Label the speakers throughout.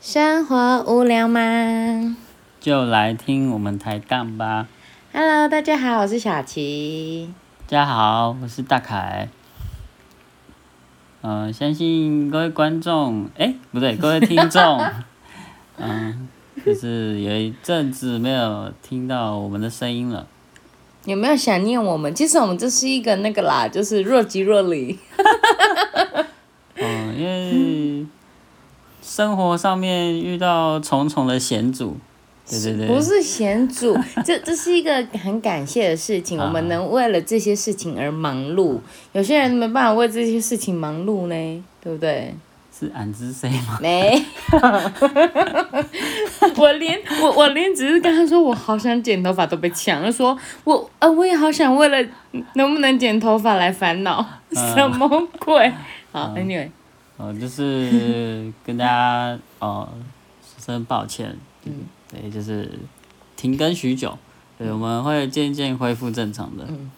Speaker 1: 生活无聊吗
Speaker 2: 就来听我们抬杠吧。
Speaker 1: ？Hello，大家好，我是小琪。
Speaker 2: 大家好，我是大凯。呃，相信各位观众，哎、不对，各位听众， 嗯、就是有一阵子没有听到我们的声音了。
Speaker 1: 有没有想念我们？其实我们这是一个那个啦，就是若即若离。
Speaker 2: 嗯、因为生活上面遇到重重的险阻。对对对
Speaker 1: 不，是险阻， 这这是一个很感谢的事情。
Speaker 2: 啊
Speaker 1: 我们能为了这些事情而忙碌，有些人没办法为这些事情忙碌呢，对不对？
Speaker 2: 是俺之谁吗？
Speaker 1: 没， 我连我我连只是跟他说我好想剪头发都被抢，就说我呃我也好想为了能不能剪头发来烦恼，什么鬼？好，Anyway，
Speaker 2: 哦，就是跟大家哦，说声抱歉，嗯，对，就是停更许久，对，我们会渐渐恢复正常的，嗯，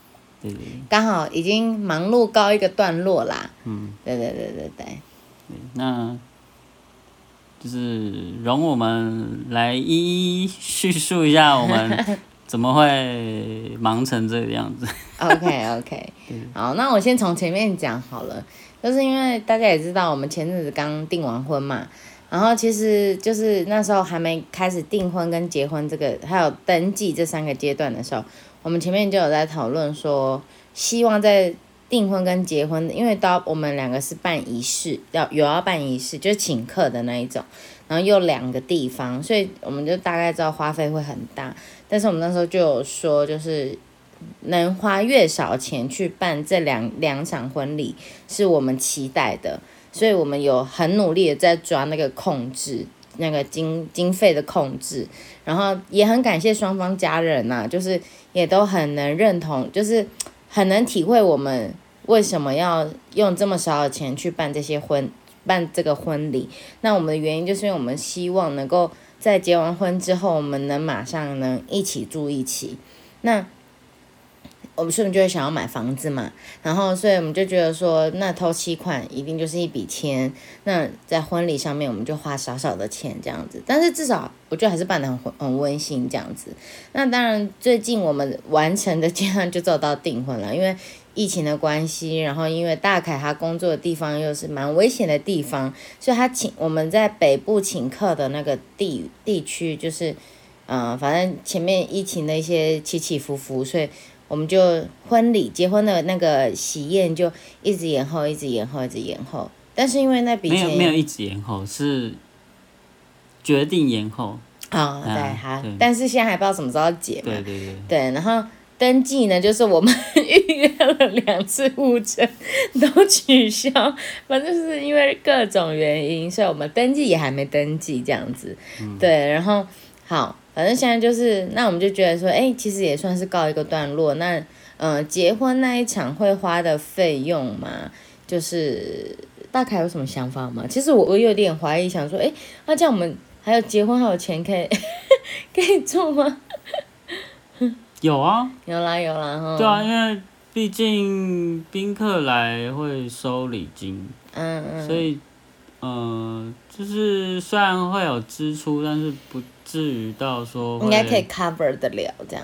Speaker 2: 对对对
Speaker 1: 刚好已经忙碌告一个段落啦。
Speaker 2: 嗯，
Speaker 1: 对对对对对，
Speaker 2: 对，那就是容我们来一一叙述一下我 们怎么会忙成这个样子，
Speaker 1: OK OK，好，那我先从前面讲好了，就是因为大家也知道，我们前阵子刚订完婚嘛，然后其实就是那时候还没开始订婚跟结婚这个，还有登记这三个阶段的时候，我们前面就有在讨论说，希望在订婚跟结婚，因为到我们两个是办仪式，要有要办仪式，就是请客的那一种，然后又两个地方，所以我们就大概知道花费会很大，但是我们那时候就有说，就是能花越少钱去办这两两场婚礼，是我们期待的，所以我们有很努力的在抓那个控制，那个经经费的控制，然后也很感谢双方家人呐、就是也都很能认同，就是很能体会我们为什么要用这么少的钱去办这些婚办这个婚礼。那我们的原因就是因为我们希望能够在结完婚之后，我们能马上能一起住一起。那我们所以我们就会想要买房子嘛，然后所以我们就觉得说，那头期款一定就是一笔钱，那在婚礼上面我们就花少少的钱这样子，但是至少我觉得还是办得很很温馨这样子。那当然，最近我们完成的阶段就走到订婚了，因为疫情的关系，然后因为大凯他工作的地方又是蛮危险的地方，所以他请我们在北部请客的那个地地区就是。嗯，反正前面疫情的一些起起伏伏，所以我们就婚礼结婚的那个喜宴就一直延后，一直延后，一直延后。但是因为那笔
Speaker 2: 没
Speaker 1: 钱
Speaker 2: 有没有一直延后，是决定延后，
Speaker 1: 啊、
Speaker 2: 嗯
Speaker 1: 对，好
Speaker 2: 对，
Speaker 1: 但是现在还不知道什么时候解嘛
Speaker 2: 对。啊对对。
Speaker 1: 对，然后登记呢，就是我们 预约了两次误诊都取消，反正就是因为各种原因，所以我们登记也还没登记这样子。对，然后好，反正现在就是，那我们就觉得说，哎，其实也算是告一个段落。那嗯、呃结婚那一场会花的费用嘛，就是大概有什么想法吗？其实我我有点怀疑，想说，哎，那这样我们还有结婚还有钱可以 可以做吗？
Speaker 2: 有啊，
Speaker 1: 有啦有啦哈。
Speaker 2: 对啊，因为毕竟宾客来会收礼金，
Speaker 1: 嗯嗯，
Speaker 2: 所以，呃，就是虽然会有支出，但是不至于到说
Speaker 1: 应嗯该可以
Speaker 2: 会
Speaker 1: cover 得了这样。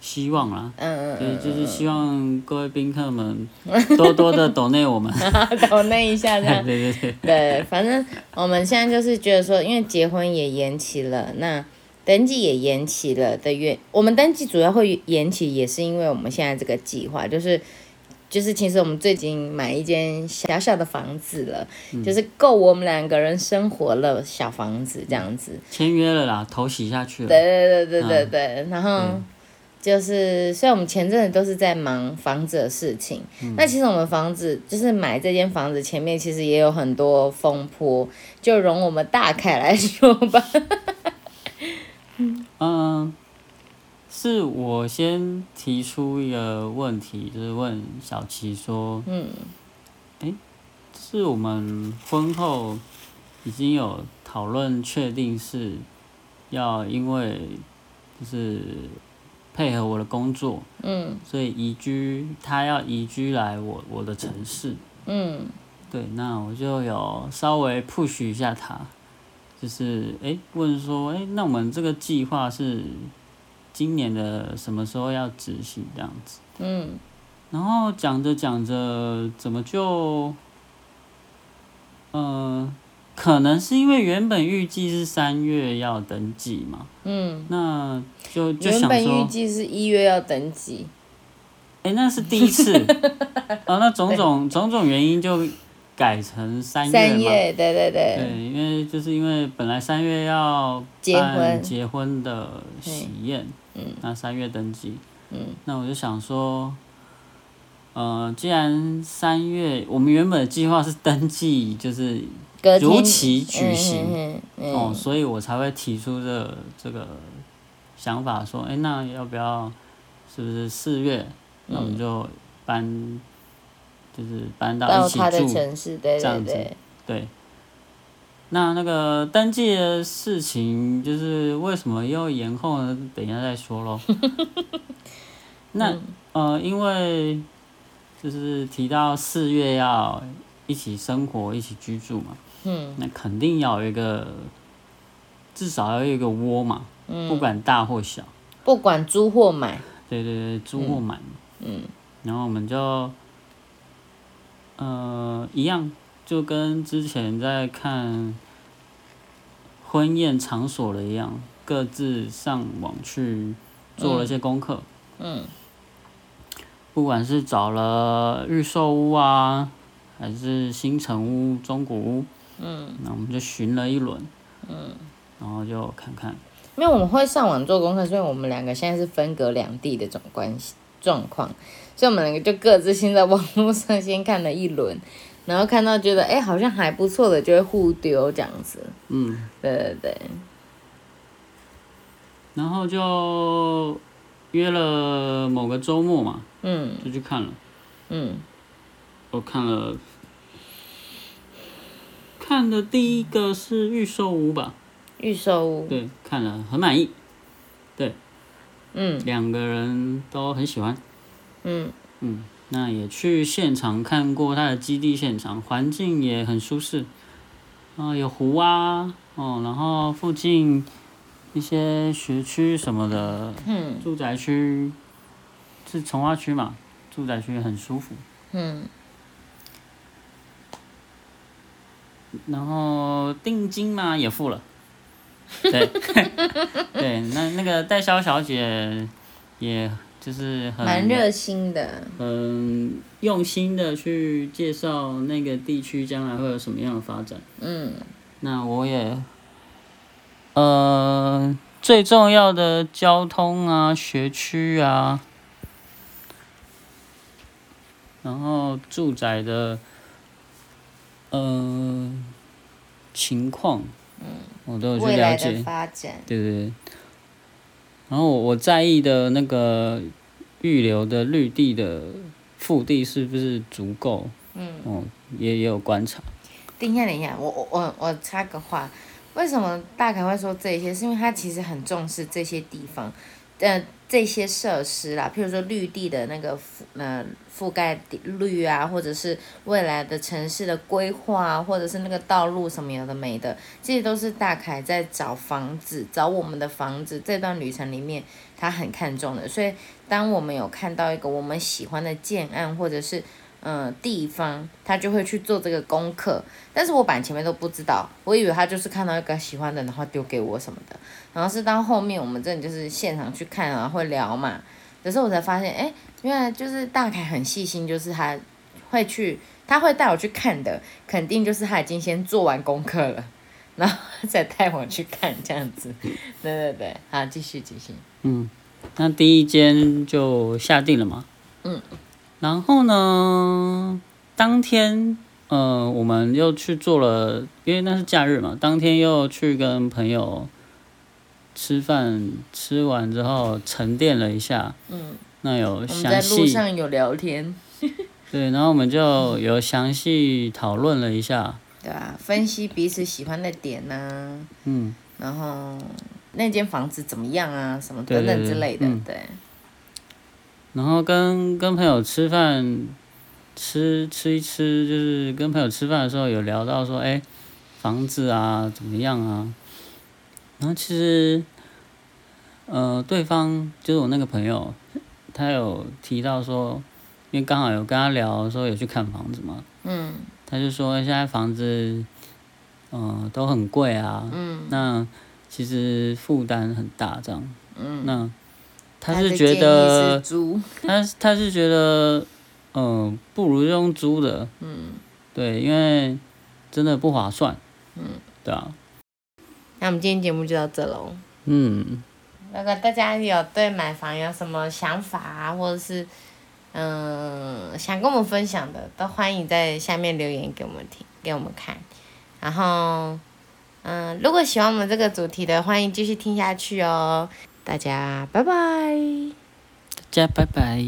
Speaker 2: 希望啦。
Speaker 1: 嗯
Speaker 2: 对，
Speaker 1: 嗯
Speaker 2: 就是希望各位宾 客们多多的懂内我们。
Speaker 1: 嗯，抖那一下这
Speaker 2: 对
Speaker 1: 样。
Speaker 2: 对对，
Speaker 1: 对，反正我们现在就是觉得说，因为结婚也延期了，那登记也延期了的原，我们登记主要会延期，也是因为我们现在这个计划，就是就是其实我们最近买一间小小的房子了，就是够我们两个人生活了小房子这样子。
Speaker 2: 签约了啦，头洗下去了。
Speaker 1: 对对对对对
Speaker 2: 嗯
Speaker 1: 对，然后就是，虽然我们前阵子都是在忙房子的事情，
Speaker 2: 嗯
Speaker 1: 那其实我们房子就是买这间房子前面其实也有很多风波，就容我们大凯来说 吧。
Speaker 2: 嗯，是我先提出一个问题，就是问小琪说，
Speaker 1: 嗯，
Speaker 2: 是我们婚后已经有讨论确定是要因为就是配合我的工作，
Speaker 1: 嗯
Speaker 2: 所以移居，他要移居来我我的城市。
Speaker 1: 嗯
Speaker 2: 对，那我就有稍微 push 一下他，就是哎、诶问说哎、诶那我们这个计划是今年的什么时候要执行这样子？
Speaker 1: 嗯，
Speaker 2: 然后讲着讲着，怎么就，呃，可能是因为原本预计是三月要登记嘛，嗯，那就就
Speaker 1: 嗯原
Speaker 2: 想
Speaker 1: 本预
Speaker 2: 说，
Speaker 1: 计是一月要登记，
Speaker 2: 哎，那是第一 次，哦，那种种种种原因就改成三月
Speaker 1: 三
Speaker 2: 嘛，
Speaker 1: 月，对对对，
Speaker 2: 对，因为就是因为本来三月要
Speaker 1: 结
Speaker 2: 办
Speaker 1: 婚
Speaker 2: 结婚的喜宴，嗯，那三月登记，嗯，那我就想说，呃，既然三月我们原本的计划是登记，就是
Speaker 1: 隔天
Speaker 2: 如期举行，
Speaker 1: 嗯嗯
Speaker 2: 哦，所以我才会提出这这个想法，说，哎、那要不要是不是四月，哦那
Speaker 1: 嗯
Speaker 2: 我们就搬，就是搬到
Speaker 1: 到
Speaker 2: 一起
Speaker 1: 他的
Speaker 2: 住，
Speaker 1: 城市，对
Speaker 2: 这
Speaker 1: 对
Speaker 2: 样子
Speaker 1: 对，
Speaker 2: 对，那那个登记的事情，就是为什么又延后呢？等一下再说咯。那、
Speaker 1: 嗯
Speaker 2: 呃，因为就是提到四月要一起生活、一起居住嘛，
Speaker 1: 嗯
Speaker 2: 那肯定要有一个，至少要有一个窝嘛，不
Speaker 1: 嗯，
Speaker 2: 管大或小。
Speaker 1: 不管租或买，
Speaker 2: 对对对，租或买。
Speaker 1: 嗯，
Speaker 2: 然后我们就，呃，一样，就跟之前在看婚宴场所的一样，各自上网去做了一些功课。
Speaker 1: 嗯
Speaker 2: 不管是找了预售屋啊，还是新城屋、中古屋，
Speaker 1: 嗯，
Speaker 2: 那我们就寻了一轮。嗯，然后就看看。
Speaker 1: 因为我们会上网做功课，所以我们两个现在是分隔两地的这种关系状况，所以我们两个就各自先在网络上先看了一轮，然后看到觉得哎、好像还不错的，就会互丢这样子，
Speaker 2: 嗯，
Speaker 1: 对对对，
Speaker 2: 然后就约了某个周末嘛，
Speaker 1: 嗯
Speaker 2: 就去看了。
Speaker 1: 嗯
Speaker 2: 我看了，看的第一个是预售屋吧，
Speaker 1: 预售屋，
Speaker 2: 对，看了很满意，
Speaker 1: 嗯
Speaker 2: 两个人都很喜欢。
Speaker 1: 嗯
Speaker 2: 嗯，那也去现场看过它的基地现场，环境也很舒适，啊、有湖啊，哦，然后附近一些学区什么的，
Speaker 1: 嗯
Speaker 2: 住宅区是从化区嘛，住宅区很舒服。
Speaker 1: 嗯
Speaker 2: 然后定金嘛也 付了，对， 对，那那个代销小姐也就是很
Speaker 1: 蛮热心的，
Speaker 2: 很用心的去介绍那个地区将来会有什么样的发展。
Speaker 1: 嗯
Speaker 2: 那我也，呃，最重要的交通啊、学区啊，然后住宅的，呃，情况，我都有去
Speaker 1: 嗯未来
Speaker 2: 了
Speaker 1: 的
Speaker 2: 解，
Speaker 1: 发展，
Speaker 2: 对对对。然后我我在意的那个预留的绿地的腹地是不是足够？嗯，哦，也也有观察。
Speaker 1: 等一下，等一下，我我我我插个话，为什么大凯会说这些？是因为他其实很重视这些地方，呃，这些设施啦，譬如说绿地的那个覆呃覆盖地率啊，或者是未来的城市的规划啊，或者是那个道路什么有的没的，这些都是大凯在找房子，找我们的房子这段旅程里面他很看重的。所以当我们有看到一个我们喜欢的建案，或者是嗯、呃地方，他就会去做这个功课。但是我板前面都不知道，我以为他就是看到一个喜欢的，然后丢给我什么的。然后是到后面我们真的就是现场去看啊，会聊嘛。可是我才发现，哎、原来就是大凯很细心，就是他会去，他会带我去看的，肯定就是他已经先做完功课了，然后他再带我去看这样子。对对对，好，继续继续。
Speaker 2: 嗯，那第一间就下定了嘛。
Speaker 1: 嗯。
Speaker 2: 然后呢，当天呃，我们又去做了，因为那是假日嘛，当天又去跟朋友吃饭，吃完之后沉淀了一下。
Speaker 1: 嗯。
Speaker 2: 那有
Speaker 1: 我们
Speaker 2: 详
Speaker 1: 在路
Speaker 2: 细
Speaker 1: 上有聊天，
Speaker 2: 对，然后我们就有详细讨论了一下。
Speaker 1: 对吧、分析彼此喜欢的点呐、
Speaker 2: 嗯，
Speaker 1: 然后那间房子怎么样啊，什么
Speaker 2: 对
Speaker 1: 等
Speaker 2: 对
Speaker 1: 等
Speaker 2: 对
Speaker 1: 之类的，
Speaker 2: 嗯
Speaker 1: 对，
Speaker 2: 然后跟跟朋友吃饭，吃吃一吃，就是跟朋友吃饭的时候有聊到说，哎、房子啊，怎么样啊？然后其实，呃，对方就是我那个朋友，他有提到说，因为刚好有跟他聊说有去看房子嘛，
Speaker 1: 嗯
Speaker 2: 他就说哎现在房子，呃，都很贵啊，
Speaker 1: 嗯
Speaker 2: 那其实负担很大这样。
Speaker 1: 嗯，
Speaker 2: 那他
Speaker 1: 的
Speaker 2: 是觉
Speaker 1: 建议
Speaker 2: 得
Speaker 1: 是租，
Speaker 2: 他是他是觉得，嗯，不如用租的，嗯，对，因为真的不划算，
Speaker 1: 嗯，
Speaker 2: 对啊，
Speaker 1: 那我们今天节目就到这喽。
Speaker 2: 嗯，
Speaker 1: 如果大家有对买房有什么想法啊，或者是嗯、想跟我们分享的，都欢迎在下面留言给我们听，给我们看。然后嗯、如果喜欢我们这个主题的，欢迎继续听下去哦。大家拜拜。
Speaker 2: 大家拜拜。